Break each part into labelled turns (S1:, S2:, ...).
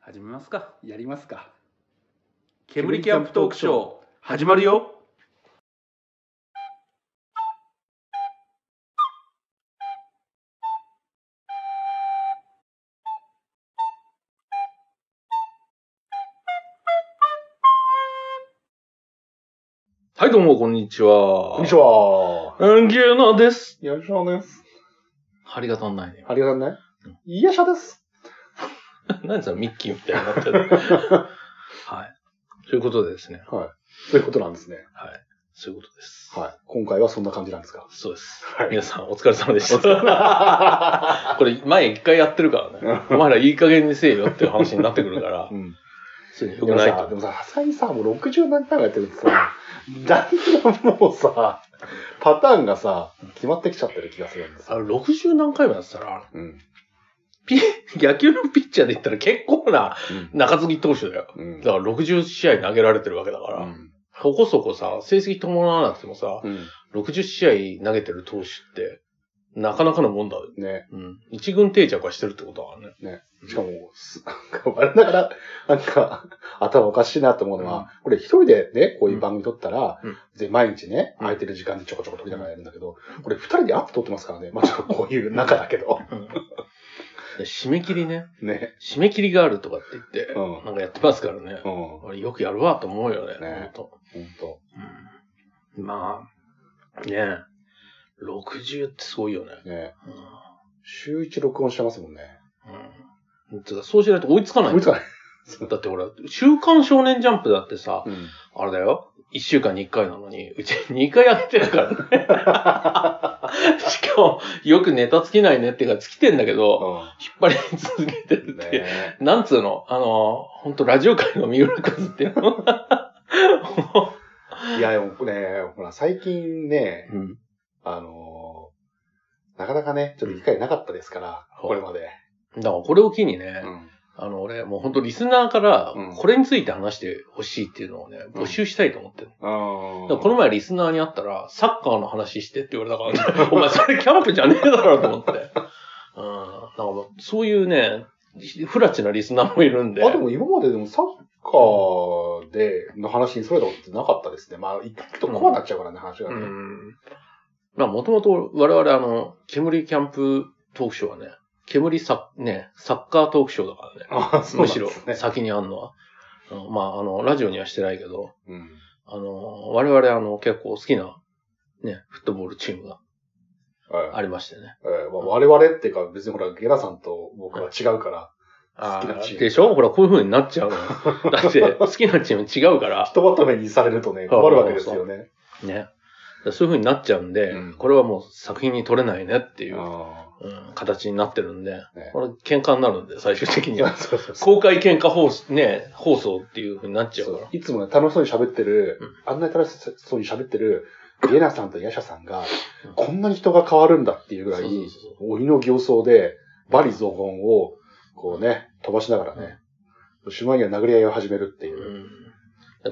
S1: 始めますか
S2: やりますか
S1: 煙キャンプトークショー始まるよはいどうもこんにちは
S2: こんにちは
S1: うんぎゅうなです
S2: よろしくお願いします
S1: 針が足んないね
S2: ありがとうねいやしゃ です
S1: 何そのミッキーみたいになってるはいということでですね
S2: ということなんですね
S1: はいそういうことです
S2: はい今回はそんな感じな んですか
S1: そうです。
S2: はい
S1: 皆さん、お疲れ様でした。これ、前一回やってるからね。お前らいい加減にせえよっていう話になってくるから、
S2: ん
S1: そういう
S2: で
S1: の良く
S2: も
S1: ない
S2: さ
S1: と
S2: で。もさ浅井さもう60何回もやってるってさだんだんもうさパターンがさ決まってきちゃってる気がするんです
S1: あ
S2: よ
S1: れ、60何回もやってたら、
S2: うん
S1: ピ、 野球のピッチャーで言ったら結構な
S2: うん
S1: 中継ぎ投手だよ。
S2: うん
S1: だから60試合投げられてるわけだから、そこそこさ、成績伴わなくてもさ、
S2: うん
S1: 60試合投げてる投手って、なかなかのもんだよ。
S2: ね
S1: うん。一軍定着はしてるってことだからね。
S2: しかも、すなんか、我ながら、なんか、頭おかしいなと思うのは、これ一人でね、こういう番組撮ったら、
S1: うん
S2: で毎日ね、
S1: うん
S2: 空いてる時間でちょこちょこ撮りながらやるんだけど、これ二人で会って撮ってますからね。まあちょっとこういう中だけど。
S1: で締め切りね。
S2: ね。
S1: 締め切りがあるとかって言って、
S2: うん
S1: なんかやってますからね
S2: うん。。ほ
S1: 俺よくやるわと思うよね。
S2: ね
S1: ほんと
S2: んと。
S1: うん、まあ、ねえ、60ってすごいよね。
S2: ね。週一録音してますもんね。
S1: うん。うん、てかそうしないと追いつかない
S2: 追いつかない。
S1: だってほら、週刊少年ジャンプだってさ、
S2: うん。
S1: あれだよ。1週間に1回なのに、うち2回やってるからね。 しかも、よくネタ尽きないねっていうか、尽きてんだけど、引っ張り続けてるっていう。
S2: ね
S1: なんつうのあの、本当ラジオ界の三浦和っていうの。
S2: いや、でもね、ほら、最近ね、
S1: うん。
S2: あのーなかなかね、ちょっと機会なかったですから、
S1: うん
S2: これまで。
S1: だからこれを機にね、
S2: うん
S1: あの、俺、もう本当リスナーから
S2: うん、
S1: これについて話してほしいっていうのをね、募集したいと思ってる。だからこの前リスナーに会ったら、サッカーの話してって言われたから、お前それキャンプじゃねえだろと思って。うん。なんかもうそういうね、フラチなリスナーもいるんで。
S2: あ、でも今まででもサッカーで、の話にそれたことってなかったですね。まあ、行くとこうなっちゃうからね、話が
S1: う
S2: ね。
S1: ん。まあ、もともと我々あの、煙キャンプトークショーはね、煙サッ、ね、サッカートークショーだからね。
S2: あそう
S1: む
S2: なん
S1: し
S2: で
S1: ろ
S2: すね。
S1: 先にあんのは。うんまあ、あの、ラジオにはしてないけど、
S2: うん
S1: あの、我々あの、結構好きな、ね、フットボールチームが
S2: はい
S1: ありましてね。
S2: ええまあ我々っていうか、別にほら、ゲラさんと僕は違うから、
S1: あ
S2: 好きなチー
S1: ー
S2: ム
S1: でしょほら、こういう風になっちゃうの よ。だって、好きなチーム違うから、
S2: ひとまとめにされるとね、困るわけですよね。
S1: ね。だからそういう風になっちゃうんで、
S2: うん
S1: これはもう作品に撮れないねっていう、
S2: あ
S1: うん形になってるんで、
S2: あね
S1: これ喧嘩になるんで、最終的
S2: い
S1: に
S2: や
S1: は。
S2: そうそうそう
S1: 公開喧嘩放送、ね、放送っていう風になっちゃうから。
S2: いつもね、楽しそうに喋ってる、
S1: うん
S2: あんなに楽しそうに喋ってる、ゲラさんとヤシャさんが
S1: うん、
S2: こんなに人が変わるんだっていうぐらい、
S1: そうそうそう
S2: 鬼の形相で、バリ雑言を、こうね、飛ばしながらね、しまいには殴り合いを始めるっていうう。
S1: ん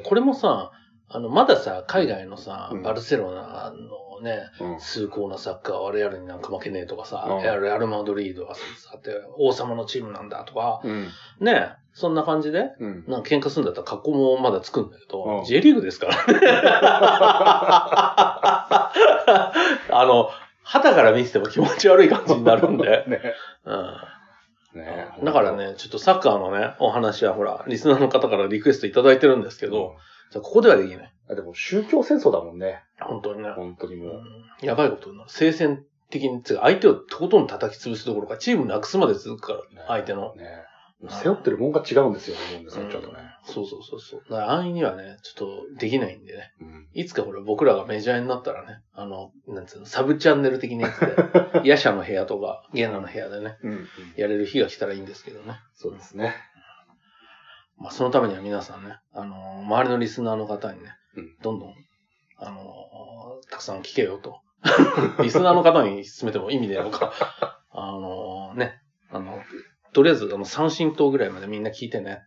S1: これもさ、あの、まださ、海外のさ
S2: うん、
S1: バルセロナのね、
S2: うん
S1: 崇高なサッカー、我々になんか負けねえとかさ、
S2: うん
S1: レアル・マドリードがさ、って王様のチームなんだとか、
S2: うん。
S1: ねえそんな感じで、
S2: うん。
S1: なんか喧嘩するんだったら格好もまだつくんだけど、
S2: うん
S1: J リーグですから ね。あの、旗から見てても気持ち悪い感じになるんで。
S2: ね。
S1: うん
S2: ね
S1: だから、ね、ちょっとサッカーのね、お話はほら、リスナーの方からリクエストいただいてるんですけど、じゃあここではできない。
S2: あでも宗教戦争だもんね。
S1: 本当にね。
S2: 本当にもう。
S1: うんやばいことになる。聖戦的に、つうか相手をとことん叩き潰すどころか、チームなくすまで続くから、
S2: ね
S1: 相手の。
S2: ね背負ってるもんが違うんですよ、思うんですよ、ちょっとね。
S1: うんそうそうそうそう。だから安易にはね、ちょっとできないんでね。
S2: うん
S1: いつかほら、僕らがメジャーになったらね、あの、なんつうの、サブチャンネル的なやつ で、ヤシャの部屋とか、ゲナの部屋でね、
S2: うん。
S1: やれる日が来たらいいんですけどね。
S2: そうですね。
S1: まあ、そのためには皆さんね、あのー周りのリスナーの方にね、
S2: うん
S1: どんどん、あのーたくさん聞けよと。 リスナーの方に勧めても意味ねえの か。あのーね、あの、とりあえず、あの、三振党ぐらいまでみんな聞いて ね。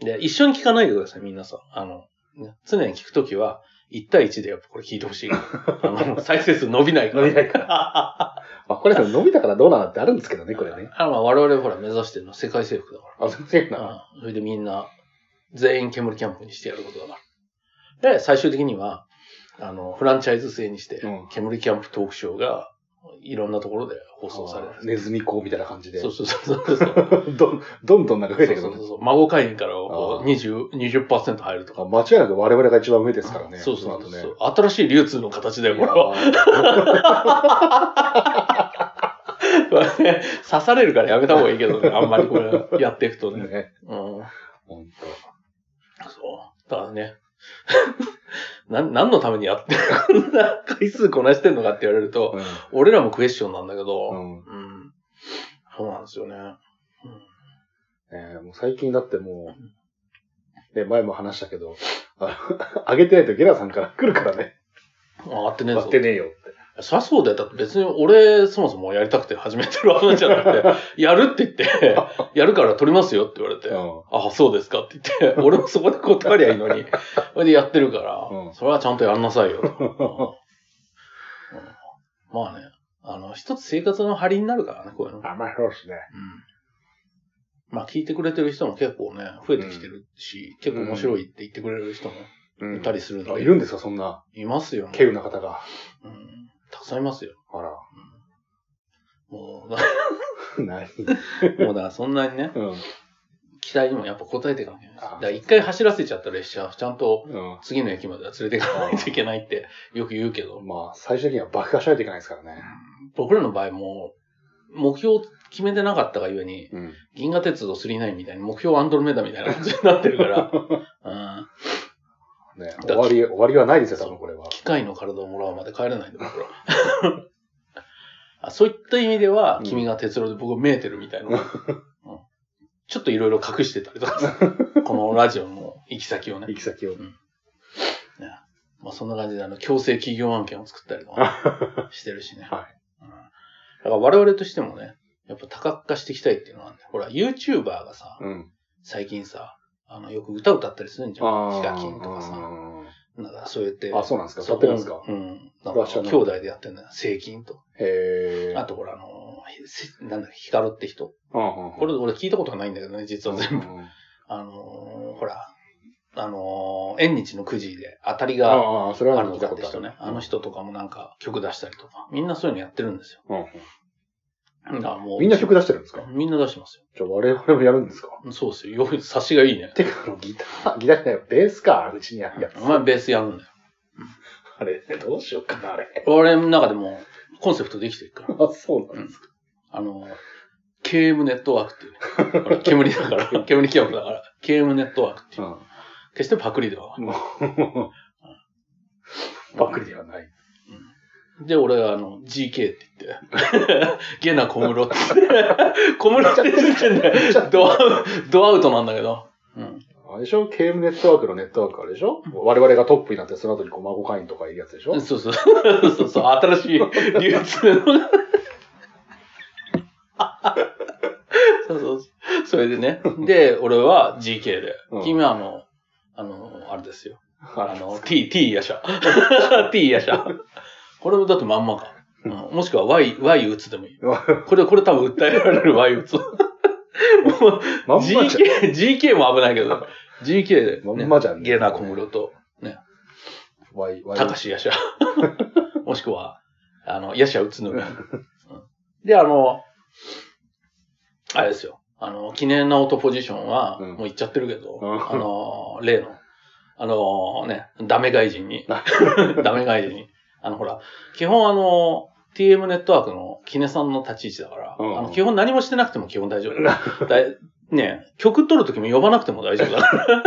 S1: で、一緒に聞かないでください、みんなさ。あの、ね、常に聞くときは、1対1でやっぱこれ聞いてほしい。あの、再生数伸びないから。
S2: 伸びないからまあ、これでも伸びたからどうなのってあるんですけどね、これね。
S1: あまあ我々ほら目指してるのは世界征服だから。
S2: あ、そういうのは。
S1: うんそれでみんな、全員煙キャンプにしてやることだから。で、最終的には、あの、フランチャイズ制にして
S2: うん、
S1: 煙キャンプトークショーが、いろんなところで放送される。
S2: ネズミ講みたいな感じで。
S1: そうそうそうそうそう。
S2: どんどんどんなんか増えてく
S1: そう
S2: る
S1: そ
S2: ね
S1: うそうそう孫会員からこ
S2: あ
S1: う20 20%入ると
S2: あ
S1: か。
S2: 間違いなく我々が一番上ですからね。
S1: そうそうそう
S2: の後ね
S1: そう。新しい流通の形だよ、これは。これね 刺されるからやめた方がいいけどね、あんまりこれやっていくと
S2: いやー
S1: ね。
S2: ね
S1: うん。
S2: ほんと
S1: そう。だからね。 な、何のた めにやって、こんな回数こなしてんのかって言われると、俺らもクエスチョンなんだけ
S2: う
S1: ど、
S2: んうん
S1: うん。そうなんですよね。
S2: ねもう最近だってもう、ね、前も話したけど、あ 上げてないとゲラさんから来るからね。
S1: 上がってねえ
S2: や
S1: ぞ
S2: っ。てねえよって。
S1: そりゃそうだよ。だって別に俺、そもそもやりたくて始めてる話じゃなくて、やるって言って、やるから撮りますよって言われて、
S2: う
S1: あ、そうですかって言って、俺もそこで断りゃいいの に、それでやってるから、
S2: うん
S1: それはちゃんとやんなさいよと。 うんまあね、あの、一つ生活の張りになるからね、こういうの。うん
S2: ん。あんまりそうですね。
S1: まあ聞いてくれてる人も結構ね、増えてきてるし、結構面白いって言ってくれる人も
S2: うん
S1: いたりするの
S2: あ
S1: で、
S2: いるんですか、そんな、
S1: いますよね、
S2: 稀有な方が。
S1: うん。たくさんいますよ。
S2: あら。
S1: もう、
S2: 何
S1: もうだからそんなにね、
S2: うん。
S1: 期待にもやっぱ応えていかなきゃいけないです。
S2: あ
S1: だから一回走らせちゃった列車はちゃんと
S2: うん。
S1: 次の駅までは連れていかないといけないって よく言うけど、
S2: まあ、最終的には爆破しないといけないですからね。
S1: 僕らの場合も、目標を決めてなかったがゆえに、
S2: うん。
S1: 銀河鉄道39みたいに目標アンドロメダみたいな感じになってるから、うん、
S2: ね、終わり、終わりはないですよ、多分これは。
S1: 機械の体をもらうまで帰れないんで僕ら。 あそういった意味では、
S2: うん
S1: 君が鉄郎で僕メーテルみたいな。うんちょっといろいろ隠してたりとかさ、このラジオの行き先をね
S2: 行。き先を。
S1: まあ、そんな感じで、あの、強制企業案件を作ったりとかねしてるしね。
S2: は
S1: うん。だから我々としてもね、やっぱ多角化していきたいっていうのはね、ほら、YouTuber がさ、
S2: うん。
S1: 最近さ、あの、よく歌歌ったりするんじゃん。ヒカキンとかさ。
S2: さ。
S1: なんか、そうやって。
S2: あ、そうなんですか。
S1: そ
S2: 使っ
S1: こ
S2: てるんですか。
S1: うん。なん
S2: 僕は
S1: か、
S2: 知らな
S1: 兄
S2: い
S1: 弟でやってんだよ。聖金と。
S2: へえ。
S1: あと、ほら、あの、ひせなんだっけ、ヒカルって人。
S2: うん、
S1: これ、
S2: うん
S1: 俺聞いたことがないんだけどね、実は全部。
S2: うん
S1: あのー、ほら、あのー、縁日のくじで当たりが
S2: ああ、それ
S1: あ
S2: は
S1: る
S2: 聞い
S1: と
S2: た
S1: かって
S2: こと
S1: 人
S2: る
S1: ね。あの。人とかもなんか曲出したりとか。みんなそういうのやってるんですよ。
S2: うん。
S1: だからもう。
S2: みんな曲出してるんですか
S1: みんな出してます
S2: じゃあ我々もやるんですか
S1: よ。そうですよ。よく差しがいいね。
S2: てか、あの、ギター、ギターじゃないよ。ベースか、うちにあるやつ。
S1: お前ベースやるんだよ。
S2: あれ、どうしようかな、あれ。
S1: 俺の中でもコンセプトできてるから。
S2: あ、そうなんですか。
S1: あの、KM ネットワークっていうね。ほら煙だから、煙キャンプだから、KM ネットワークっていう。決してパクリでは。
S2: うん。もう、パクリではない。
S1: で、俺はあの、GK って言って、ゲナ小室って言って、小室って言ってんだよ。ドアウドアウトなんだけど。うん。
S2: あれでしょケームネットワークのネットワークあれでしょ我々がトップになって、その後にこう孫会員とかいるやつでしょ
S1: そうそう。 そうそう。新しい流通の。そうそう。それでね。で、俺は GK で。
S2: うん
S1: 君はあの、あの、あれですよ。あ
S2: あ
S1: の、T、T やしゃ。T やしゃ。これもだってまんまか。うん、もしくは Y、Y 打つでもいい。これ、これ多分訴えられる Y 打つ。もう
S2: まんまじゃん。
S1: GK、GK も危ないけど。GK で、
S2: ま
S1: ね。
S2: んまじゃん
S1: ゲナ小室と。
S2: わいわい
S1: た かしやしゃ。 もしくは、あの、やしゃうつのみ。うんで、あの、あれですよ。あの、記念な音ポジションは、
S2: うん
S1: もう言っちゃってるけど、
S2: うん
S1: あの、例の、あのね、ダメ外人 に、ダメ外人に。あの、ほら、基本あの、TM ネットワークのキネさんの立ち位置だから、
S2: うん
S1: あの基本何もしてなくても基本大丈夫だだね曲取るときも呼ばなくても大丈夫だ から。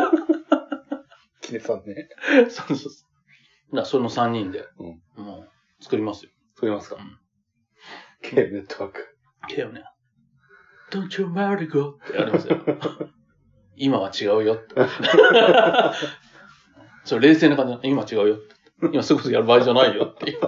S2: キネさんね。
S1: そうそうそう。だからその3人で、
S2: うん
S1: もう作りますよ
S2: 作りますか
S1: うん
S2: ケームネットワーク。
S1: だよね。Don't you marry go ってやり ますよ。今は違うよって。 それ冷静な感じなの今違うよって。今すぐすぐやる場合じゃないよって いう。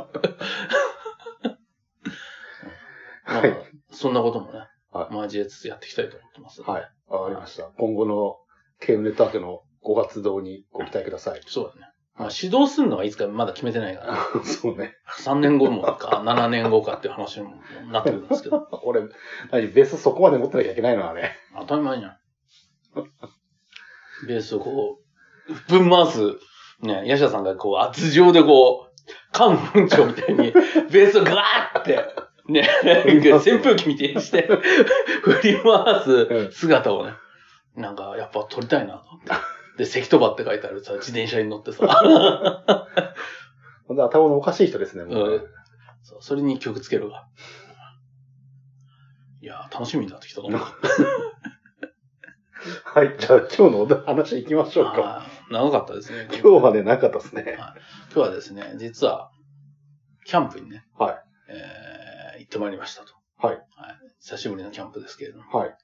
S1: まあ
S2: はい
S1: そんなこともね、
S2: はい
S1: 交えつつやっていきたいと思ってます。
S2: はい。わかりました。今後のケームネットワークのご活動にご期待ください。
S1: そうだね。まあ、指導するのはいつかまだ決めてないから、
S2: そうね。
S1: 3年後もか、7年後かっていう話にもなってくるんですけど、
S2: 俺、何、ベースそこまで持ってなきゃいけないのあれ。
S1: 当たり前じゃん。ベースをこう、ぶん回す、ね、ヤシャさんがこう、圧上でこう、カンフンチョみたい に、ベースをガーって、ね、扇風機みたいにして、振り回す姿をね、なんかやっぱ撮りたいなと思って。で、関戸場って書いてあるさ、自転車に乗って さ、
S2: ほんと頭のおかしい人ですね、もうね、
S1: うんそうそれに曲つけるわ。いやー、楽しみになってきたと思う。
S2: はい、じゃあ今日のお話行きましょうか。
S1: あー長かったですね。
S2: 今日はね、なかったですね。
S1: 今日はですね、実は、キャンプにね、
S2: はい
S1: えー行ってまいりましたと。
S2: はい
S1: 久しぶりのキャンプですけれども。
S2: はい。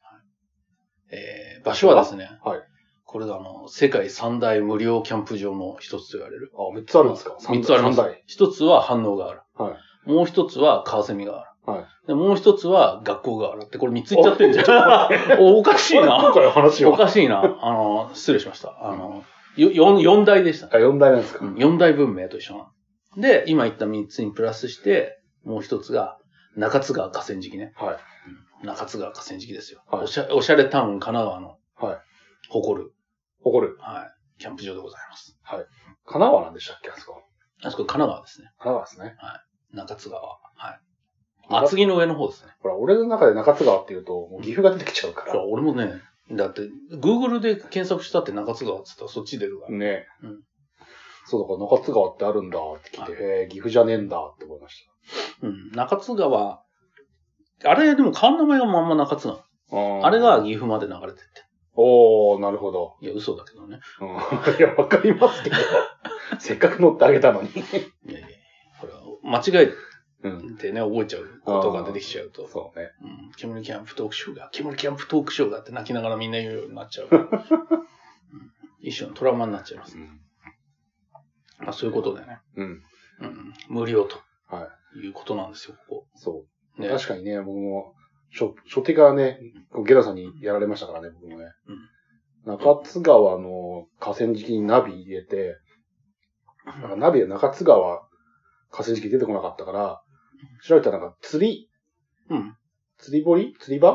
S1: えー場所はですね、
S2: はい
S1: これがあの、世界三大無料キャンプ場の一つと言われる。
S2: あ、三つあるんですか
S1: 三つあります
S2: 三台。
S1: 一つは反応がある。
S2: は
S1: もう一つは川蝉がある。
S2: はい
S1: でもう一つは学校があるって、これ三つ言っちゃってんじゃん。 おおかしい
S2: 今
S1: な。
S2: 回の話
S1: お
S2: は。
S1: かしいな。あの、失礼しました。あの、よ四四大でした。
S2: あ、四台なんですか、
S1: 四大文明と一緒なので、今言った三つにプラスして、もう一つが、中津川河川敷ね。
S2: はい
S1: うん中津川河川敷ですよ。
S2: はい
S1: おしゃおしゃれタウン神奈川の、
S2: はい
S1: 誇る、
S2: 怒る。
S1: はい、キャンプ場でございます。
S2: 神奈川なんでしたっけあそこ。
S1: あそこ神奈川ですね。
S2: 神奈川ですね。
S1: 中津川。はい。
S2: 中
S1: 厚木の上の方ですね。
S2: ほら、俺の中で中津川っていうと、もう岐阜が出てきちゃうか
S1: そう
S2: ら。
S1: 俺もね、だって、Google で検索したって中津川って言ったらそっち出るから。
S2: ねえ。
S1: うん
S2: そうだから中津川ってあるんだって聞いて、
S1: は
S2: へえ、岐阜じゃねえんだって思いまし
S1: うん。中津川、あれ、でも川の名前がまんま中津川。
S2: た。うん
S1: あれが、岐阜まで流れてって。
S2: おー、なるほど。
S1: いや、嘘だけどね。
S2: うん いや、わかります けど。せっかく乗ってあげたのに。
S1: いやいやこれは間違
S2: う
S1: え
S2: ん。
S1: てね、覚えちゃうことが出てきちゃうと、
S2: そうね。
S1: うん、煙キャンプトークショーが、煙キャンプトークショーがって泣きながらみんな言うようになっちゃうから、うん一種のトラウマになっちゃいます。まあ、そういうことでね、
S2: うん。
S1: うん、無料と
S2: はい
S1: いうことなんですよ、こ
S2: そ
S1: こ。
S2: う。
S1: ね、
S2: 確かにね、僕も、初、初手からね、こうゲラさんにやられましたからね、僕もね。中津川の河川敷にナビ入れて、なんかナビで中津川、河川敷出てこなかったから、調べたらなんか釣り、
S1: うん。
S2: 釣り堀釣り
S1: うん
S2: 場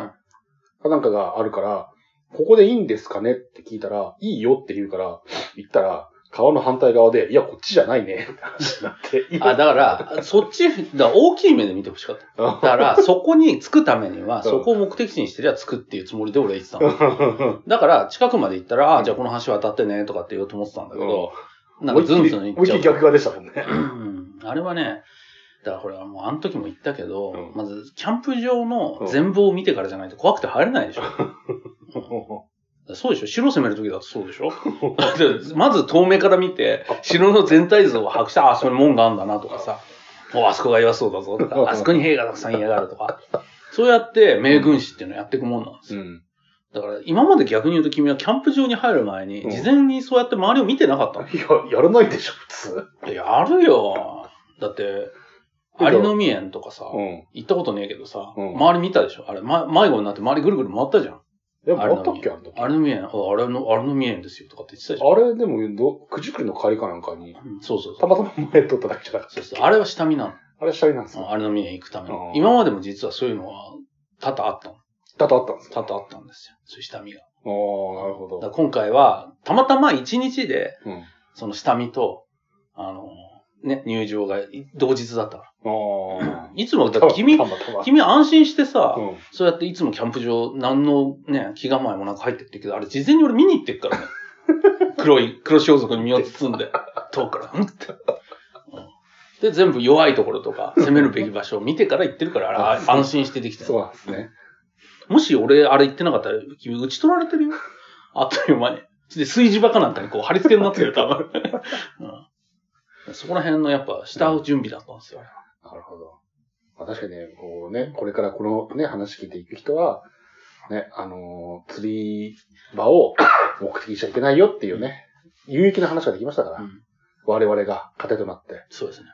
S2: かなんかがあるから、ここでいいんですかねって聞いたら、いいよって言うから、行ったら、川の反対側で、いや、こっちじゃないねって話になって、い
S1: あ、
S2: や
S1: だから、そっち、だから大きい目で見てほしかった。だから、そこに着くためには、そこを目的地にしてりゃ着くっていうつもりで俺は言ってたの。だから、近くまで行ったら、あじゃあこの橋渡ってね、とかって言おうと思ってたんだけど、なんかズンズン行
S2: 思
S1: っち
S2: いっき
S1: ゃ
S2: り
S1: う。
S2: 逆側でしたもんね。
S1: うんあれはね、だからほら、もうあの時も言ったけど、
S2: うん
S1: まず、キャンプ場の全貌を見てからじゃないと怖くて入れないでしょ。そうでしょ城攻める時だとそうで しょだってまず遠目から見て、城の全体像を把握して、あ、あそこに門があるんだなとかさ、おあそこが弱そうだぞとか、あそこに兵がたくさんいやがるとか、そうやって名軍師っていうのをやっていくもんなんです
S2: う
S1: よ。
S2: ん。
S1: だから今まで逆に言うと君はキャンプ場に入る前に、事前にそうやって周りを見てなかったの
S2: いや、やらないでしょ、普通。
S1: やるよ。だって、
S2: だ
S1: 有の宮園とかさ、
S2: うん。
S1: 行ったことねえけどさ、
S2: うん
S1: 周り見たでしょあれ、ま、迷子になって周りぐるぐる回ったじゃん。
S2: でも、あったっけ、あの時。
S1: 有の宮園、ああれの、有の宮園ですよとかって言ってたじゃん。
S2: あれ、でも、ど九十九里の帰りかなんかに、
S1: うんそうそうそ
S2: た
S1: う。
S2: またま前通っただけじゃなかった
S1: そう
S2: っけ
S1: そうあれは下見な
S2: あれ、シャリなんですよ。
S1: の。有の宮園行くため
S2: うん
S1: の。今までも実はそういうのは多々あったの。
S2: だとあったんですよ。
S1: 多々あったんですよ。そういう下見が。
S2: ああ、なるほ
S1: だから
S2: ど。
S1: 今回は、たまたま1日で、
S2: うん。
S1: その下見と、あの、ね、入場が同日だったか
S2: あ
S1: ら。
S2: あ。
S1: いつも、だから君
S2: た、またま。
S1: 君安心してさ、
S2: うん。
S1: そうやっていつもキャンプ場、何のね、気構えもなく入ってってるけど、あれ事前に俺見に行ってっからね。 黒い、黒装束に身を包んで、遠くから、うんって。うんで、全部弱いところとか、攻めるべき場所を見てから行ってるから、あれ安心してできた。
S2: そうなんですね。
S1: もし俺、あれ行ってなかったら、君、打ち取られてるよ。あっという間に。で、炊事場かなんかにこう、貼り付けになってるよ、多分。うん、そこら辺のやっぱ、下準備だったんですよ。
S2: なるほど。まあ、確かにね、こうね、これからこのね、話聞いていく人は、ね、あのー釣り場を 目的にしちゃいけないよっていうね、有益な話ができましたから、
S1: うん
S2: 我々が糧となって。
S1: そうですね。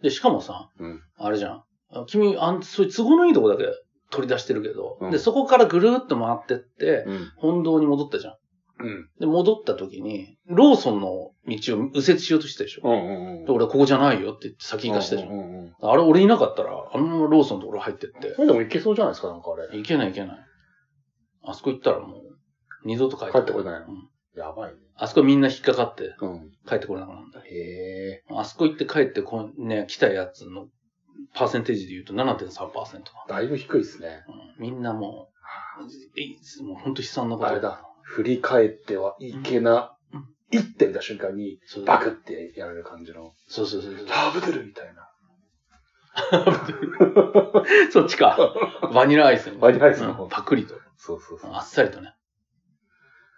S1: で、しかもさ、
S2: うん
S1: あれじゃん。あ君、あんそういう都合のいいとこだけ取り出してるけど、
S2: うん
S1: で、そこからぐるーっと回ってって、
S2: うん。
S1: 本堂に戻ったじゃん。
S2: うん。
S1: で、戻った時に、ローソンの道を右折しようとしてたでしょ。
S2: うんうんうん。
S1: で俺はここじゃないよって言って先行かしてたでしょ。
S2: うんうんうん
S1: あれ俺いなかったら、あのままローソンのところ入ってって
S2: そ、れでもいけそうじゃないですか、なんかあれ。
S1: いけないいけない。あそこ行ったらもう、二度と帰って
S2: 帰ってこれないの
S1: うん
S2: やばいね。
S1: あそこみんな引っかかって
S2: うん。
S1: 帰ってこれなくなるんだ。
S2: へえ。
S1: あそこ行って帰ってこん、ね、来たやつのパーセンテージで言うと7.3%か。
S2: だいぶ低いですね。
S1: うん、みんなもう、いもう本当悲惨なこと。
S2: あれだ。振り返ってはいけな
S1: うん、
S2: いって見た瞬間に、
S1: そう。
S2: バクってやられる感じの、
S1: そうそうそうそう。
S2: ラブドゥルみたいな。
S1: そっちか。 バニラアイスに。
S2: バニラアイスの方
S1: うんパクリと。
S2: そうそうそう。
S1: あっさりとね。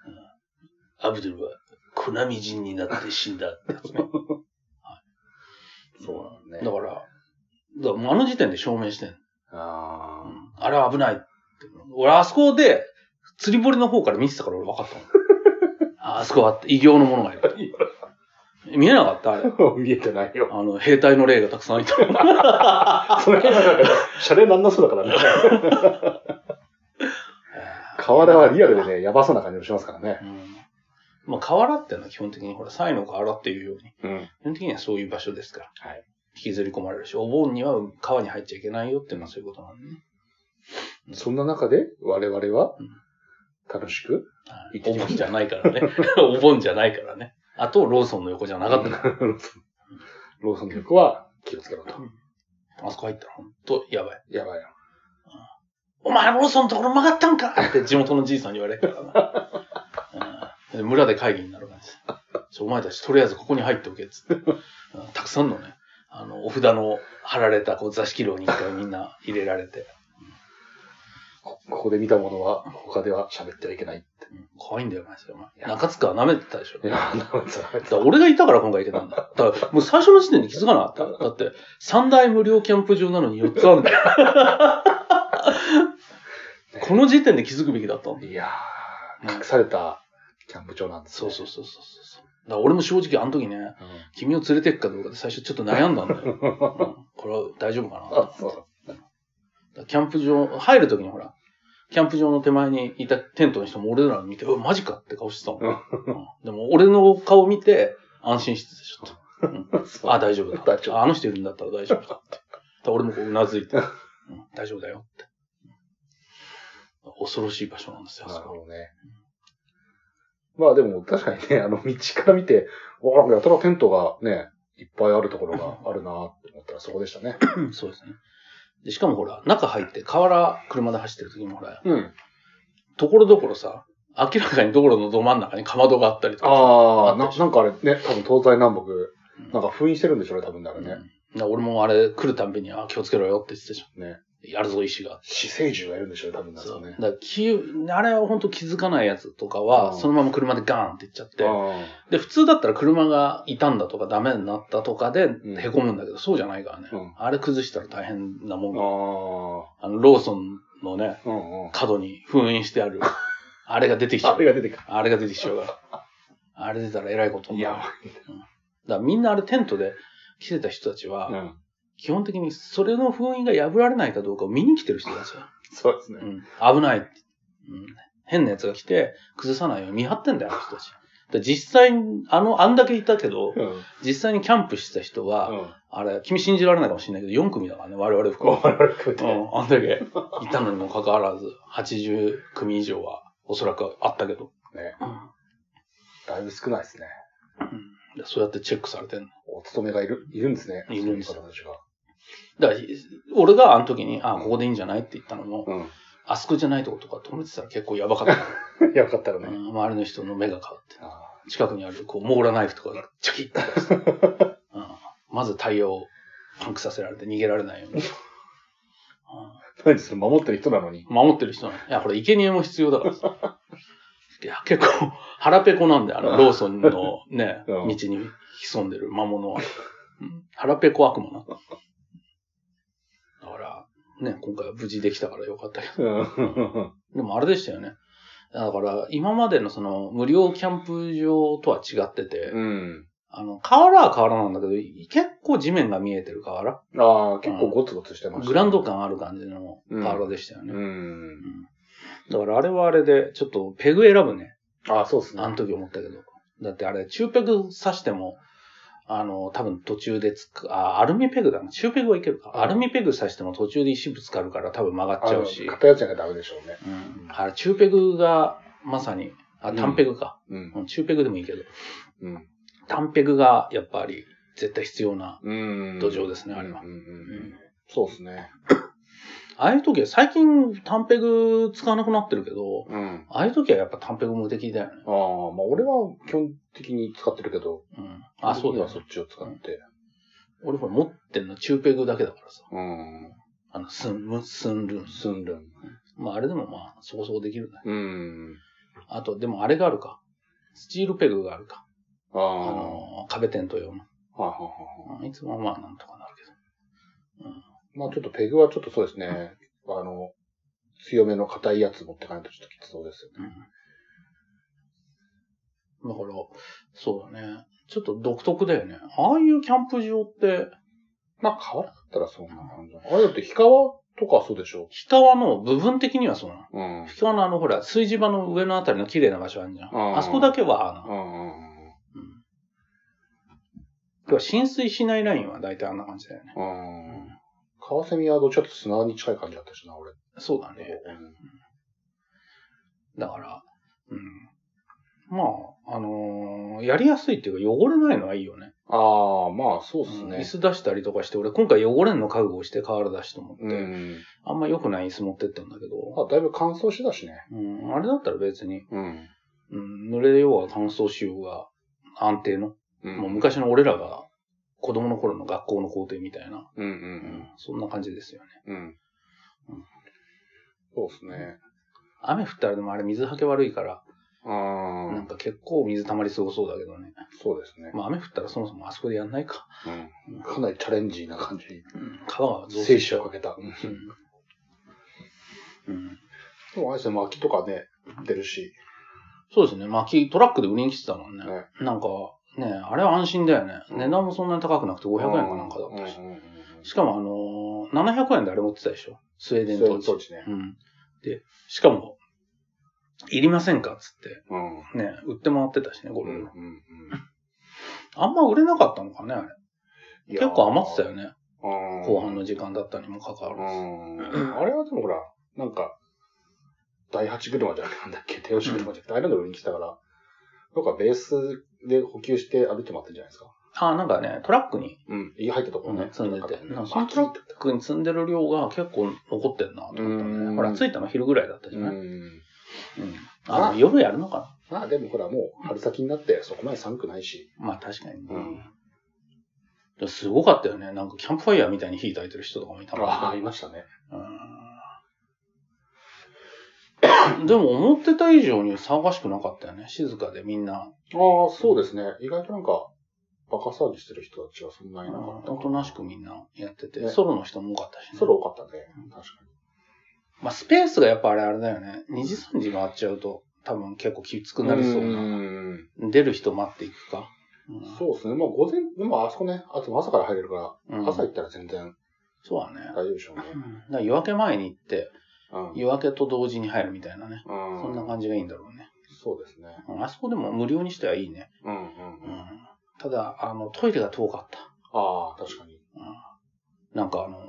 S1: うんアブドゥルは、コナミ人になって死んだって やつね。
S2: そうだ
S1: だ
S2: ね。
S1: から、だからもうあの時点で証明してんの
S2: あー
S1: あれは危ないって。俺、あそこで、釣り堀の方から見てたから俺分かった もん。ああそこは異形のものがいる。見えなかったあれ。
S2: 見えてないよ。
S1: あの、兵隊の霊がたくさ んいた。
S2: その辺はなんか、シャレなんなそうだからね。 河原はリアルでね、やばそうな感じもしますからね。
S1: うん。まあ、河原ってのは基本的に、ほら、サイの河原っていうように、
S2: うん。
S1: 基本的にはそういう場所ですから。
S2: はい
S1: 引きずり込まれるし、お盆には川に入っちゃいけないよっていうのはそういうことなんでね。
S2: そんな中で、我々は
S1: うん、
S2: 楽しく、
S1: はいお盆じゃないからね。 お盆じゃないからね。あと、ローソンの横じゃなかったか
S2: ローソンの曲は気をつけろと。
S1: ら。あそこ入ったら、ほんと、やばい。
S2: やばいよ。
S1: お前、ローソンのところ曲がったんかって地元のじいさんに言われたからな。 うんで村で会議になる感じです。ちょお前たち、とりあえずここに入っておけ、つって。うんたくさんのね、あの、お札の貼られた、こう、座敷牢に一回みんな入れられて。
S2: こここで見たものは、他では喋ってはいけない。
S1: うん怖いんだよ、マジで。お前中塚は舐めてたでしょ。
S2: いや、なんつら
S1: だから俺がいたから今回行けたんだよ。だから、もう最初の時点で気づかなかった。だって、三大無料キャンプ場なのに4つあるんだよ。 この時点で気づくべきだったんだよ
S2: いや
S1: うん
S2: ー、隠されたキャンプ場なんです
S1: そう
S2: ね。
S1: そうそうそうそう。だから俺も正直あの時ね、
S2: うん。
S1: 君を連れてくかどうかで最初ちょっと悩んだんだ よ。うんこれは大丈夫かなだ
S2: あ
S1: か、
S2: そう。
S1: らキャンプ場、入る時にほら、キャンプ場の手前にいたテントの人も俺らを見て、うわマジかって顔してたもん。
S2: うん
S1: うんでも俺の顔見て安心してた、ちょっと。
S2: そう
S1: あ、大丈夫だ。
S2: 大丈夫
S1: ああの人いるんだったら大丈夫だって。だから俺もこううなず いて、うん大丈夫だよって。恐ろしい場所なんですよ、あ
S2: な
S1: そ
S2: る
S1: こ。
S2: ほどね。まあでも確かにね、あの道から見て、わあ、やたらテントがね、いっぱいあるところがあるなって思ったらそこでしたね。
S1: うんそうですね。で、しかもほら、中入って、河原車で走ってる時にもほら、
S2: うん。
S1: ところどころさ、明らかに道路のど真ん中にかまどがあったりとかさ。
S2: ああ、
S1: あった
S2: な
S1: でしょ
S2: なんかあれね、多分東西南北、なんか封印してるんでしょうね、多分だから
S1: うん
S2: ね。
S1: な俺もあれ来るたんびに、あ、気をつけろよって言ってたじゃん。
S2: ね。
S1: やるぞ、石が。
S2: 死生獣がいるんでしょうね、多分だか
S1: そ
S2: ら
S1: う。だ
S2: ね。
S1: から気を、あれは本当気づかないやつとかは、
S2: うん
S1: そのまま車でガーンって行っちゃって、
S2: あ
S1: で、普通だったら車が傷んだとかダメになったとかで、
S2: ん
S1: へこむんだけど、そうじゃないからね。
S2: うん
S1: あれ崩したら大変なもん
S2: ー
S1: だ。
S2: あ
S1: あの、ローソンのね、
S2: ー。うんうん。
S1: 角に封印してあ る、あれが出てきちゃ
S2: あ
S1: う
S2: れ。が出てくる。
S1: あれが出てきちゃうから。あれ出たらえらいことになる。
S2: やば
S1: だからみんなあれテントで来てた人たちは、
S2: うん。
S1: 基本的にそれの封印が破られないかどうかを見に来てる人たちだよ。
S2: そうです
S1: う
S2: ね。
S1: ん、危ないって、うん。変な奴が来て、崩さないように見張ってんだよ、あの人たち。で実際に、あの、あんだけいたけ ど、
S2: うん。うん。
S1: 実際にキャンプしてた人は、あれ、君信じられないかもしれないけど、4組だからね、我々含め
S2: 我々含め
S1: う
S2: て。
S1: ん、あんだけいたのにもかかわらず、80組以上はおそらくあったけど、
S2: ね。
S1: うん
S2: だいぶ少ないですね。
S1: でそうやってチェックされてんの。
S2: お勤めがいる、いるんですね。
S1: いるんです
S2: そういう方たちが。
S1: だから、俺があの時に、あ、ここでいいんじゃないって言ったのも、
S2: う
S1: あそこじゃないとことか止めてたら結構やばかったか
S2: ん。 よかったら
S1: ら、
S2: ね
S1: う。ん周りの人の目が変わって、
S2: あ
S1: 近くにある、こう、モーラナイフとかがチョキッて出して、 うんまずタイヤをパンクさせられて逃げられないように。うん
S2: ー何それ守ってる人なのに。
S1: 守ってる人なの。いや、これ、生贄も必要だからさ。いや、結構、腹ペコなんだよ、あの、ローソンの ね、
S2: う
S1: 道
S2: ん
S1: に潜んでる魔物は。うん腹ペコ悪魔な。だから、ね、今回は無事できたからよかったけど。
S2: うん。
S1: でもあれでしたよね。だから、今までのその、無料キャンプ場とは違ってて、
S2: うん。
S1: あの、河原は河原なんだけど、結構地面が見えてる河原。
S2: ああ、結構ゴツゴツしてました、
S1: グラウンド。感ある感じの河原でしたよね。
S2: うん。
S1: だからあれはあれで、ちょっとペグ選ぶね。
S2: あ、そうですね
S1: あ。の時思ったけど。だってあれ、中ペグ刺しても、あの、多分途中でつく、あ、アルミペグだな。中ペグはいけるか。
S2: うん
S1: アルミペグ刺しても途中で石ぶつかるから多分曲がっちゃうし。
S2: 片やっちゃがダメでしょうね。
S1: うん。あれ、中ペグが、まさに、あ、
S2: うん
S1: 単ペグか。
S2: うん。
S1: うん、中ペグでもいいけど。
S2: うん。
S1: 単ペグが、やっぱり、絶対必要な
S2: うん
S1: 土壌ですね、あれは
S2: う。んうん
S1: う
S2: うん
S1: ん。
S2: そうですね。
S1: ああいう時は、最近単ペグ使わなくなってるけど、
S2: うん。
S1: ああいう時はやっぱ単ペグ無敵だよね。
S2: ああ、まあ俺は基本的に使ってるけど、
S1: うん。あ、そうだ
S2: だ。
S1: よ。
S2: そっちを使って。
S1: 俺ほら持ってんの中ペグだけだからさ。
S2: うん。
S1: あの、スンム、スンルン。
S2: スンルン。
S1: まああれでもまあ、そこそこできるね。
S2: うん。
S1: あと、でもあれがあるか。スチールペグがあるか。
S2: あ
S1: あ
S2: あ。はい
S1: の、壁テント用の。
S2: はいはいはい。
S1: うんいつもまあなんとかなるけど。
S2: まあちょっとペグはちょっとそうですね。あの、強めの硬いやつ持ってかないとちょっときつそうですよね。
S1: だから、そうだね。ちょっと独特だよね。ああいうキャンプ場って、
S2: まあ川だったらそんな感じ。あれだって氷川とかそうでしょ
S1: 氷川の部分的にはそうなの。
S2: うん。うん
S1: 氷川のあの、ほら、炊事場の上のあたりの綺麗な場所あるじゃん。
S2: うん
S1: あそこだけは、あの、
S2: うん
S1: うん。要は浸水しないラインは大体あんな感じだよね。
S2: うん。うん。カワセミはどっちかっていうと砂に近い感じだったしな、俺。
S1: そうだね。だから、うん。まあ、あのーやりやすいっていうか汚れないのはいいよね。
S2: ああ、まあそうで
S1: うん椅
S2: すね。
S1: 子出したりとかして、俺今回汚れんの覚悟をして瓦出しと思って、
S2: うん。
S1: あんま良くない椅子持ってったんだけど、
S2: まあだいぶ乾燥してたしね。
S1: うん、あれだったら別に、
S2: うん。
S1: うん、濡れようが乾燥しようが安定の、
S2: うん
S1: もう昔の俺らが子供の頃の学校の校庭みたいな、
S2: う
S1: う
S2: んう
S1: ん
S2: ん、
S1: そんな感じですよね。
S2: うん。う
S1: う
S2: ん
S1: ん。
S2: そうですね。
S1: 雨降ったらでもあれ水はけ悪いから、
S2: あ
S1: なん
S2: あ、
S1: か結構水溜まりすごそうだけどね。
S2: そうですね。
S1: まあ雨降ったらそもそもあそこでやんないか。
S2: うん。かなりチャレンジーな感じに。
S1: うん、川が増
S2: 精
S1: 水しち
S2: 子
S1: ゃ
S2: を
S1: う
S2: か。けた。うん
S1: うんうん
S2: でもあれですね、薪とかね、出るし。
S1: そうですね。薪、トラックで売りに来てたもんね。
S2: ね
S1: なんか、ね、あれは安心だよね。
S2: うん
S1: 値段もそんなに高くなくて500円かなんかだったし。
S2: うんうんうんうん
S1: しかも、あのー700円であれ持ってたでしょ。スウェーデン
S2: そうい
S1: ト
S2: う
S1: ーチ
S2: 装。置ね。
S1: うん。で、しかも、いりませんかっつっ
S2: うん。うん
S1: て、ね、売って回ってたしね、こ
S2: う
S1: れ、
S2: んうん
S1: あんま売れなかったのかね、あれ。
S2: いやー
S1: 結構余ってたよね。
S2: うん
S1: 後半の時間だったにもかかわ
S2: う
S1: らず。
S2: ん。あれはでもほら、なんか、第8車じゃなくてなんだっけ、手押し車じゃなくて、あれの上に来たから、なんかベースで補給して歩いてもらってんじゃないですか。
S1: あ、なんかね、トラックに、
S2: うん。家入ったとこ
S1: う
S2: ろね
S1: ん。積んでて。なんかその
S2: 薪
S1: トラックに積んでる量が結構残ってんなと思った
S2: う
S1: ね。
S2: ん
S1: ほら、着いたの昼ぐらいだったじゃ
S2: う
S1: ない
S2: ん。
S1: うんあの夜やるのか
S2: まあでもほら、もう春先になってそこまで寒くないし。
S1: なまあ確かにね。
S2: うん
S1: でもすごかったよね。なんかキャンプファイヤーみたいに火焚いてる人とかもいたもんね
S2: ああ、いましたね。
S1: うんでも思ってた以上に騒がしくなかったよね。静かでみんな、
S2: ああ、そうですね。意外となんか、バカ騒ぎしてる人たちはそんなになかった。
S1: おとなしくみんなやってて、
S2: ね
S1: ソロの人も多かったしね。
S2: それ多かったね。確か
S1: まあスペースがやっぱあれあれだよね。2時3時回っちゃうと多分結構きつく
S2: に。
S1: なりそうな。
S2: ん。
S1: 出る人待っていくか。うん
S2: そうですね。まあ午前、でもあそこね、あと朝から入れるか
S1: うん
S2: ら、朝行ったら全然
S1: そうだね。
S2: 大丈夫でしょうね。
S1: うんだから夜明け前に行って、
S2: うん。
S1: 夜明けと同時に入るみたいなね。そんな
S2: じ。
S1: 感じがいいんだろうね。
S2: そうですね。
S1: うんあそこでも無料にしてはいいね。
S2: うんうん
S1: う
S2: うん。
S1: んただ、あの、トイレが遠かった。
S2: ああ、確かに。
S1: なんかあのー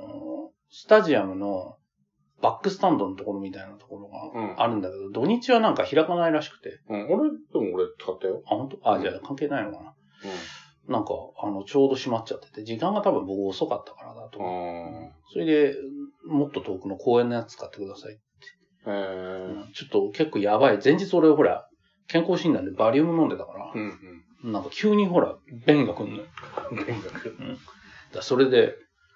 S1: スタジアムのバックスタンドのところみたいなところ
S2: うん
S1: があるんだけど、土日はなんか開かないらしくて。
S2: うん。俺、でも俺使ったよ。
S1: あ、本当あ、じゃあ関係ないのかな。なんか、あの、ちょうど閉まっちゃってて、時間が多分僕遅かったからだと
S2: う
S1: 思う。
S2: ん。あ
S1: それで、もっと遠くの公園のやつ使ってください。
S2: あ。へえ。
S1: ちょっと結構やばい。前日俺ほら、健康診断でバリウム飲んでたから、
S2: うんうん。
S1: なんか急にほら、便が来んのよ。
S2: 勉学。
S1: だそれで、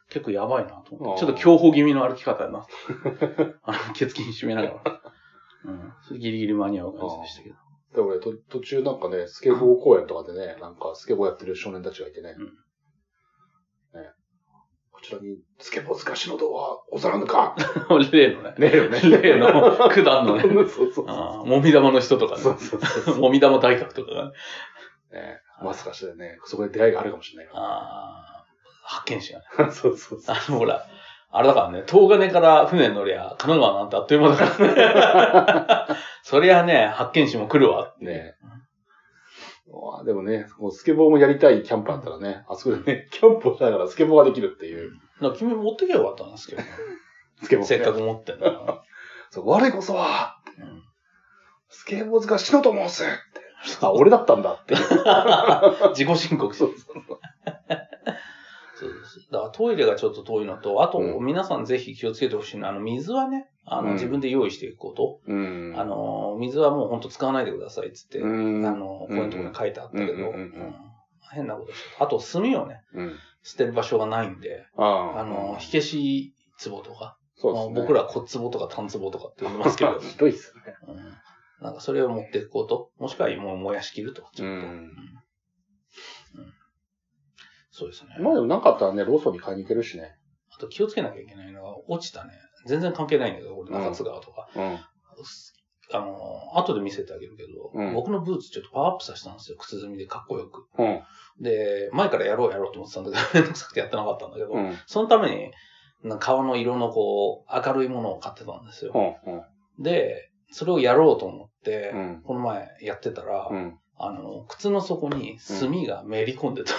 S1: 結構やばいなと思って。ち
S2: あ
S1: ょ
S2: ー
S1: っと競歩気味の歩き方やな。 あの、血筋締めながら。うん。それギリギリ間に合う感じでしたけど。
S2: で、俺、と途中なんかね、スケボー公園とかでね、なんかスケボーやってる少年たちがいてね。ねこちらに、スケボー塚しの道はおざらぬか
S1: 例のね。
S2: ねえよ
S1: 例の 九段のね。
S2: そうそうそう。
S1: あーもみ玉の人とか
S2: そうそうそう
S1: ね。もみ玉大学とかがね。
S2: ねまさかしてね、そこで出会いがあるかもしれないか
S1: あー発見者がね。
S2: ら。そうそうそう。
S1: あの、ほら、あれだからね、東金から船乗りゃ、神奈川なんてあっという間だから ね。そりゃね、発見士も来るわって。
S2: ねうわでもね、こうスケボーもやりたいキャンプだったらね、あそこでね、キャンプをしながらスケボーができるっていう。
S1: だから君持ってけばよかったんですけどね、
S2: スケボー、ね。
S1: せっかく持ってんだから。
S2: そう。我こそは、
S1: うん
S2: スケボー塚しのと申すって。あ、俺だったんだって。
S1: 自己申告して
S2: そう
S1: るそうです。だからトイレがちょっと遠いのと、あと
S2: う
S1: 皆さんぜひ気をつけてほしいのは、あの水はね、あ
S2: う
S1: の
S2: ん
S1: 自分で用意していくこと。
S2: うん。
S1: あの、水はもうほんと使わないでくださいっつって、
S2: う
S1: あ
S2: ん、
S1: の、こういうところに書いてあったけど、
S2: うんうんうんうん
S1: うん変なことしてあと炭をね、
S2: うん。
S1: 捨てる場所がないんで、
S2: ああ
S1: あの、火消し壺とか、
S2: そう
S1: ま
S2: で
S1: あ
S2: すね。
S1: 僕ら骨壺とか炭壺とかって呼んでますけど、
S2: ひどいっすね。
S1: うんなんかそれを持っていくこと、もしくはもう燃やしきると、ちょっと。
S2: うん
S1: うんそうですね。
S2: まあでもなかったらね、ローソンに買いに行けるしね。
S1: あと気をつけなきゃいけないのは、落ちたね、全然関係ないんだけど、俺、
S2: うん
S1: 中津川とか。
S2: うん。
S1: あのー、後で見せてあげるけど、
S2: うん
S1: 僕のブーツちょっとパワーアップさせたんですよ、靴積みでかっこよく。
S2: うん。
S1: で、前からやろうやろうと思ってたんだけど、 めんどくさくてやってなかったんだけど、
S2: うん。
S1: そのために、なんか革の色のこう、明るいものを買ってたんですよ。
S2: うん。
S1: で、それをやろうと思って、
S2: うん。
S1: この前やってたら、
S2: うん。
S1: あの、靴の底に炭がめり込んでた。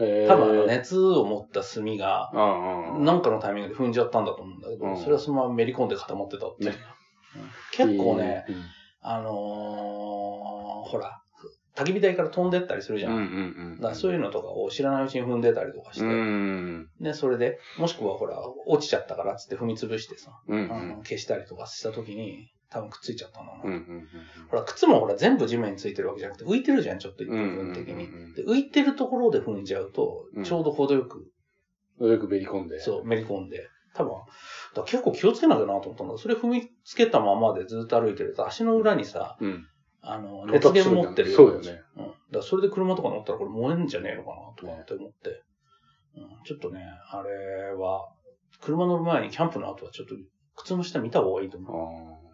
S2: へえ。
S1: 多分あの。熱を持った炭が、
S2: うんうん。
S1: なんかのタイミングで踏んじゃったんだと思うんだけど、
S2: うん
S1: それはそのままめり込んで固まってたっていう。
S2: ね
S1: うん結構ね、
S2: うん。
S1: あのーほら、焚き火台から飛んでったりするじゃん。
S2: うんうんうん。
S1: だからそう
S2: い
S1: いうのとかを知らないうちに踏んでたりとかして、
S2: うん。
S1: で、それで、もしくはほら、落ちちゃったからっつって踏み潰してさ、
S2: うんう
S1: あの
S2: ん。
S1: 消したりとかした時に、多分くっついちゃったんだな。
S2: うんうん
S1: ほら、靴もほら、全部地面についてるわけじゃなくて、浮いてるじゃん、ちょっと一
S2: うん。う
S1: 部
S2: ん。
S1: 分的に。
S2: うん。
S1: で、浮いてるところで踏んじゃうと
S2: うん、
S1: ちょうど程よく、
S2: よくべり込んで。
S1: そう、めり込んで、多分、だから結構気をつけなきゃなと思ったんだけどそれ踏みつけたままでずっと歩いてると、足の裏にさ、
S2: う。うん。
S1: あの、熱源持ってる
S2: そうだよね。
S1: うん。だからそれで車とか乗ったらこれ燃えんじゃねえのかなとかって思って。うん、ちょっとね、あれは、車乗る前にキャンプの後はちょっと靴の下見た方がいいと思う。
S2: ああ。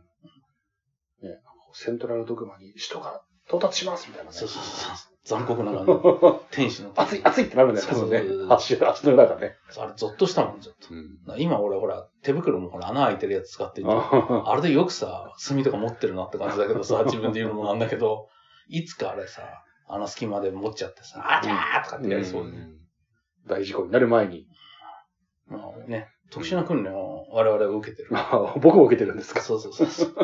S2: ね、セントラルドグマに首都が到達しますみたいなね。
S1: そうそうそう そう。残酷な感 じ。天使の手
S2: 熱い、熱いってなるんだよね。
S1: そうそう
S2: 多分ね足、足の裏がね。
S1: そうあれ、ゾッとしたもん、ちょっと。
S2: うん。
S1: だから今俺ほら、手袋もほら、穴開いてるやつ使ってんじゃん
S2: あ
S1: あれでよくさ、炭とか持ってるなって感じだけど さ、自分で言うのもなんだけど、いつかあれさ、あの隙間で持っちゃってさ、あちゃーとかってやりそうで、ね
S2: ん大事故になる前に。
S1: まあね、特殊な訓練を我々は受けてる。
S2: あ僕も受けてるんですか。
S1: そうそうそう そう。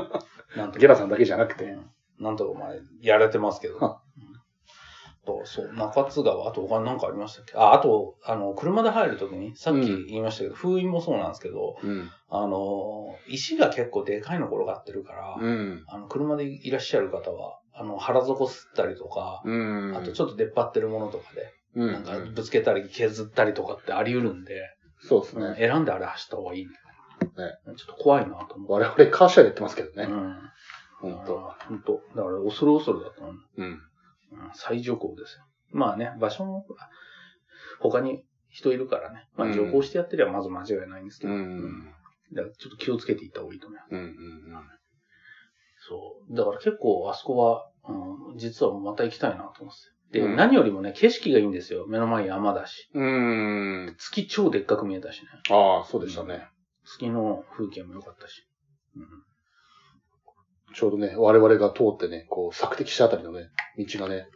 S1: なんと
S2: ゲ
S1: か、
S2: ラさんだけじゃなくて。
S1: なんとかまあ、やれてますけど。うん
S2: は
S1: とそう、中津川、あと他に何かありましたっけあ、あと、あの、車で入るときに、さっき
S2: うん
S1: 言いましたけど、封印もそうなんですけど、
S2: うん。
S1: あの、石が結構でかいの転がってるから、
S2: うん。
S1: あの、車でいらっしゃる方は、あの、腹底吸ったりとか、
S2: うん。
S1: あとちょっと出っ張ってるものとかで、
S2: うん、
S1: なんかぶつけたり削ったりとかってあり得るんで、
S2: そうですね。
S1: 選んであれ走った方がいい。ね、ちょっと怖いなと思っ
S2: 我々カーシェアでやってますけど
S1: て。
S2: ね。
S1: うん。
S2: ほんと。
S1: 本当。だから恐る恐るだったの、
S2: うん。
S1: うん最上校ですよ。まあね、場所も、他に人いるからね。ま
S2: う
S1: あ
S2: ん
S1: 上校してやってりゃまず間違いないんですけ
S2: う
S1: ど。
S2: ん。
S1: だからちょっと気をつけていった方がいいと思います。
S2: うん。うん。
S1: そう。だから結構あそこは、うん、実はまた行きたいなと思ってて。で、
S2: うん
S1: 何よりもね、景色がいいんですよ。目の前山だし。
S2: うん。
S1: 月超でっかく見えたしね。
S2: ああ、そうでしたね。
S1: 月の風景も良かったし。うん
S2: ちょうどね、我々が通ってね、こう、索敵したあたりのね、道がね、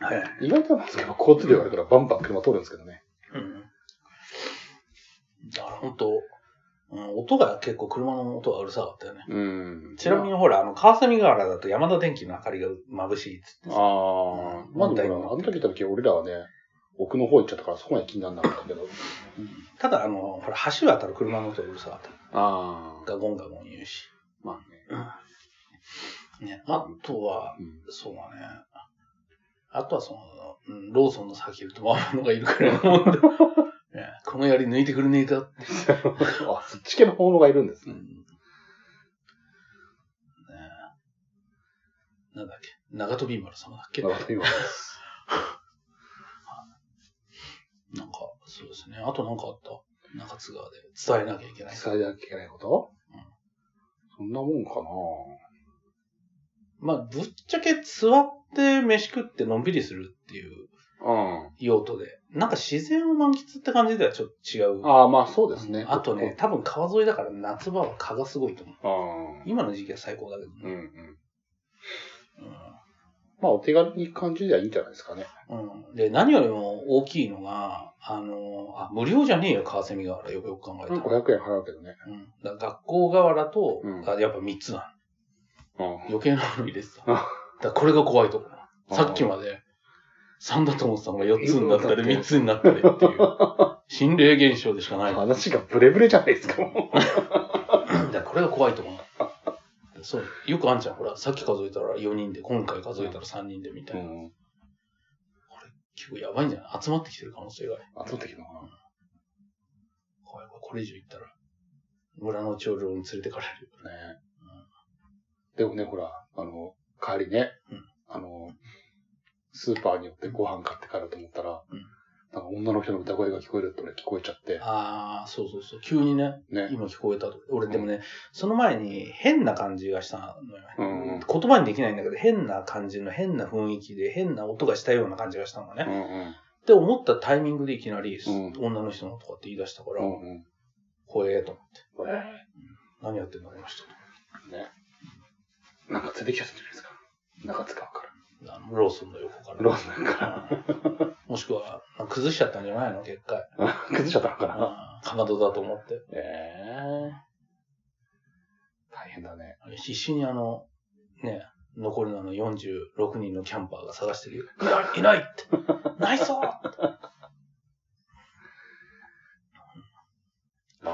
S1: はい。
S2: 意外となんですけど、交通量があるからバンバン車通るんですけどね。
S1: うん。だから本当、うん、音が結構車の音がうるさかったよね。
S2: うん
S1: ちなみにほら、あの、川上川原だと山田電機の明かりが眩しいっつってさ
S2: あ
S1: う
S2: あ、
S1: ん
S2: まあでもな、あの時行った時俺らはね、奥の方行っちゃったからそこまで気にならなかったけど。
S1: ただ、あの、ほら、橋渡る車の音がうるさかった。
S2: ああ、
S1: ガゴンガゴン言うし。
S2: まあね。
S1: ね。あとは、
S2: うん
S1: そうだね。あとはその、うん、ローソンの先とママのがいるく らいのもんで、ね、この槍抜いてくれねえかって。
S2: あ、そっち系の方がいるんです
S1: う
S2: ね。
S1: んねえなんだっけ長飛丸様だっけ
S2: なるほど、今。
S1: なんか、そうですね。あとなんかあった中津川で伝えなきゃいけない。
S2: 伝えなきゃいけないこと
S1: うん
S2: そんなもんかな
S1: まあ、ぶっちゃけ座って飯食ってのんびりするっていう
S2: うん。
S1: 用途で。なんか自然を満喫って感じではちょっと違う。
S2: ああ、まあそうですね。
S1: あとね、。多分川沿いだから夏場は蚊がすごいと思う。
S2: ああ。
S1: 今の時期は最高だけど
S2: うんう
S1: ね。
S2: ん。まあお手軽に感じりゃいいんじゃないですかね。
S1: うん。うんで、何よりも大きいのが、あの、あ、無料じゃねえよ、川蝉河原。よくよく考えたら。
S2: 500円払うけどね。
S1: うん。だから学校河原と、
S2: うん
S1: あやっぱ3つだ。
S2: うん。
S1: 余計なもの入れてた。だ
S2: うん
S1: からこれが怖いところ。さっきまで3だと思ってたのが4つになったり3つになったりっていう。心霊現象でしかない。
S2: 話がブレブレじゃないですか、も
S1: だからこれが怖いと思う。そう。よくあんちゃん、ほら、さっき数えたら4人で、今回数えたら3人でみた
S2: う。
S1: いな。
S2: ん。
S1: 結構やばいんじゃない集まってきてる可能性がある。
S2: あ、取ってきたな。
S1: 怖い怖いこれ以上行ったら、村の長老に連れてかれるよね。
S2: ね。でもね、ほら、あの、帰りね、
S1: うん
S2: あの、スーパーに寄ってご飯買って帰ろうと思ったら、
S1: うん
S2: なんか女の人の歌声が聞こえるって俺聞こえちゃって、
S1: あー、そうそうそう。急にね、
S2: ね。
S1: 今聞こえたと。俺でもね、その前に変な感じがしたのよ。
S2: うんうん
S1: 言葉にできないんだけど、変な感じの変な雰囲気で、変な音がしたような感じがしたのね。
S2: う
S1: っ
S2: んうん。
S1: て思ったタイミングでいきなり、
S2: うん
S1: 女の人のとかって言い出したか
S2: う
S1: ら、
S2: んうん。
S1: 怖えと思って。
S2: これ、ね。
S1: 何やってんだこの人と。
S2: なんか連れてきちゃったんじゃないですか。中塚か
S1: あのローソンの横から
S2: ら。。ローソンから。
S1: うんもしくは、崩しちゃったんじゃないの結果。
S2: あ崩しちゃったのか
S1: うん
S2: な。
S1: かまどだと思って。
S2: ええ大変だね。
S1: 必死にあの、ね、残りのあの46人のキャンパーが探してるよ。いないいないっ てないぞ
S2: ま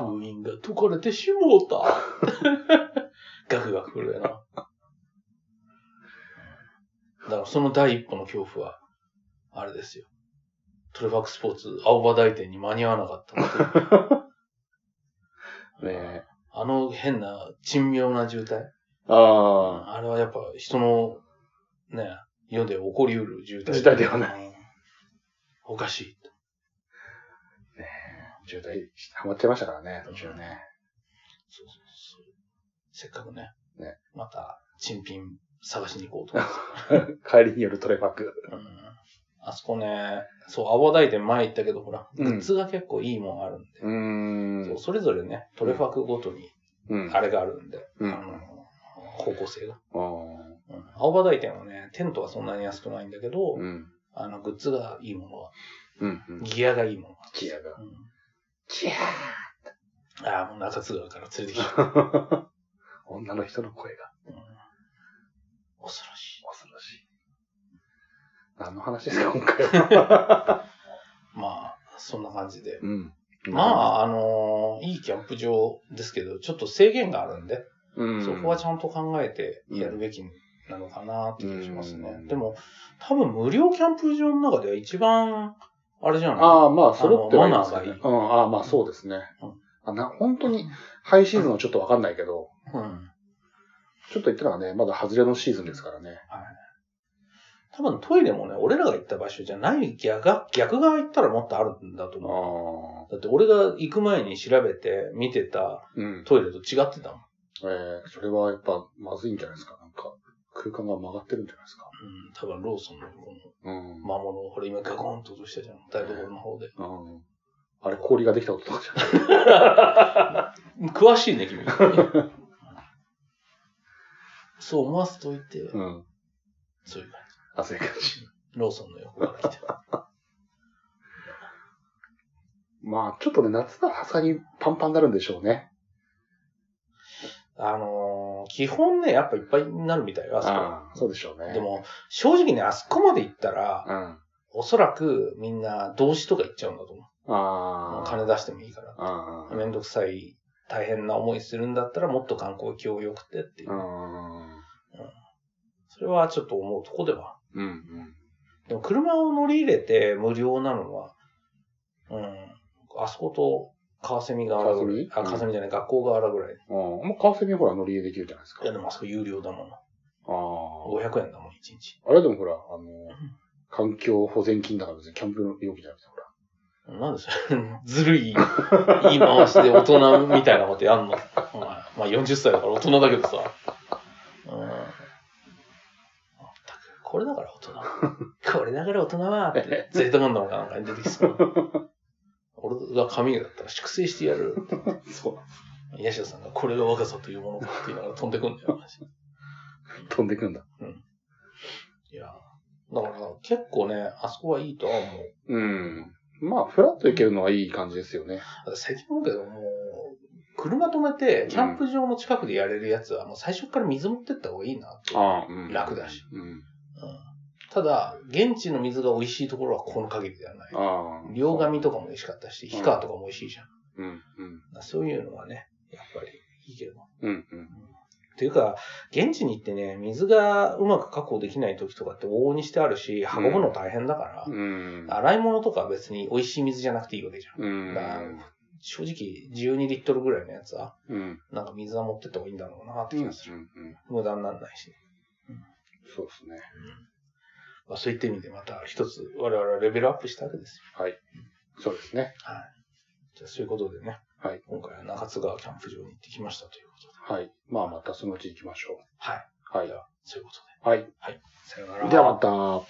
S2: あ
S1: 封印が解かれてしもう たガクガク震えな。だからその第一歩の恐怖は、あれですよ。トレファックスポーツ、青葉台店に間に合わなかったこと。
S2: ねえ。
S1: あの変な、珍妙な渋滞。
S2: ああ。
S1: あれはやっぱ人の、ね、世で起こりうる渋滞。。
S2: 事態ではない
S1: おかしい。
S2: 渋滞、ハマっちゃいましたからね、途中ね。
S1: そうそうそう。せっかくね。
S2: ね
S1: また、珍品探しに行こうと思って。
S2: 帰りによるトレパック。
S1: うんあそこね、そう、泡大店前行ったけど、ほら、
S2: う
S1: グ
S2: ん
S1: ッズが結構いいもんあるんで、
S2: うーん
S1: そう。それぞれね、トレファクごとに、
S2: うん
S1: あれがあるんで、
S2: うん
S1: あの、方向性が。
S2: う
S1: うん、青葉大店はね、テントはそんなに安くないんだけど、
S2: ん。
S1: あの、グッズがいいものは、
S2: うん。
S1: ギアがいいものは。
S2: ギアが。
S1: うん
S2: ギア
S1: ああ、もう中津川から連れてきた。
S2: 女の人の声が
S1: うん恐ろしい。
S2: 恐ろしい。何の話ですか、今回は。
S1: まあ、そんな感じで。
S2: うん。
S1: まあ、あのーいいキャンプ場ですけど、ちょっと制限があるんで、
S2: うん、
S1: そこはちゃんと考えてやるべきなのかなって気がしますね。
S2: うん
S1: でも、多分無料キャンプ場の中では一番、あれじゃない
S2: ああ、まあ、揃ってはいますよ
S1: あのマナー
S2: ね。
S1: が
S2: うん、ああ、まあ、そうですね。
S1: うん
S2: あな本当に、ハイシーズンはちょっとわかんないけど、
S1: うん。
S2: ちょっと言ったのはね、まだ外れのシーズンですからね。
S1: 多分トイレもね、俺らが行った場所じゃない逆、逆側行ったらもっとあるんだと
S2: あ
S1: 思う。
S2: あ。
S1: だって俺が行く前に調べて見てた
S2: うん。
S1: トイレと違ってたもん。
S2: えー、それはやっぱ、まずいんじゃないですか。なんか、空間が曲がってるんじゃないですか。
S1: うん、多分ローソンのこの
S2: うん。
S1: 魔物を、ほら今ガコンと落としたじゃん。台所の方で。
S2: うん。あれ、氷ができた音とかじゃない
S1: 詳しいね、 君。そう思わせといて、
S2: うん。
S1: そういう感じ
S2: あ、そういう感じ。
S1: ローソンの横から来て。
S2: まあ、ちょっとね、夏はさすがにパンパンになるんでしょうね。
S1: あのー基本ね、やっぱいっぱいになるみたいよ、あそこ
S2: あそうでしょうね。
S1: で、も、正直ね、あそこまで行ったら、
S2: うん。あ
S1: おそらくみんな動詞とか行っちゃうんだと思う。もう
S2: あ。
S1: 金出してもいいから。
S2: ああ。
S1: めんどくさい、大変な思いするんだったら、もっと観光協力ってっていう
S2: う。ん。
S1: それはちょっと思うとこでは。
S2: うん。うん。
S1: でも、車を乗り入れて無料なのは、うん、あそこと川蝉が荒ぐらい。あ、
S2: 川蝉
S1: 川蝉じゃない、学校が荒ぐらい。
S2: うん。もう川蝉ほら乗り入れできるじゃないですか
S1: いや、。でもあそこ有料だもん。
S2: あ
S1: 500円だもん、1日。
S2: あ。あれでもほら、あの、環境保全金だから別にキャンプの料金じゃなくて、ほら。
S1: なんでそれ、 ずるい、言い回しで大人みたいなことやんのお前。まあ40歳だから大人だけどさ。うん。全くこれだから大人。これだから大人は、って、ゼータガンダムかなんかに出てきそう。俺が神だったら粛清してやる。
S2: そう。
S1: ヤシャさんがこれが若さというものかって言いながら飛んでくんだよ、マジ
S2: 飛んでくんだ。
S1: いや。だから結構ね、あそこはいいとは思う。
S2: うん。まあ、フラッと行けるのはいい感じですよね。
S1: だって最近思うけど、もう、車止めて、キャンプ場の近くでやれるやつは、もう最初から水持ってった方がいいなって。
S2: ああ、うん
S1: 楽だし。
S2: うん。
S1: うんただ、現地の水が美味しいところはこの限りではない。
S2: ああ。
S1: 両紙とかも美味しかったし、
S2: ん
S1: ヒカーとかも美味しいじゃん。
S2: うん、うん。
S1: そういうのはね、やっぱりいいけど。
S2: うん、うん。
S1: っていうか、現地に行ってね、水がうまく確保できない時とかって往々にしてあるし、運ぶの大変だから、
S2: うん。
S1: 洗い物とかは別に美味しい水じゃなくていいわけじゃん。
S2: うん。
S1: だから正直、12リットルぐらいのやつは、
S2: うん。
S1: なんか水は持ってった方がいいんだろうなって
S2: う
S1: 気
S2: ん。うん
S1: がする。無駄にならないし。
S2: そうですね。
S1: まあ、そういった意味でまた一つ我々はレベルアップしたわけですよ。
S2: そうですね。
S1: はい。じゃあそういうことでね、
S2: はい
S1: 今回は中津川キャンプ場に行ってきましたということで。
S2: はい。まあ、またそのうち行きましょ
S1: はい。
S2: う。は
S1: で
S2: い。
S1: はそういうこと
S2: はい。
S1: で。さよなら。
S2: ではまた。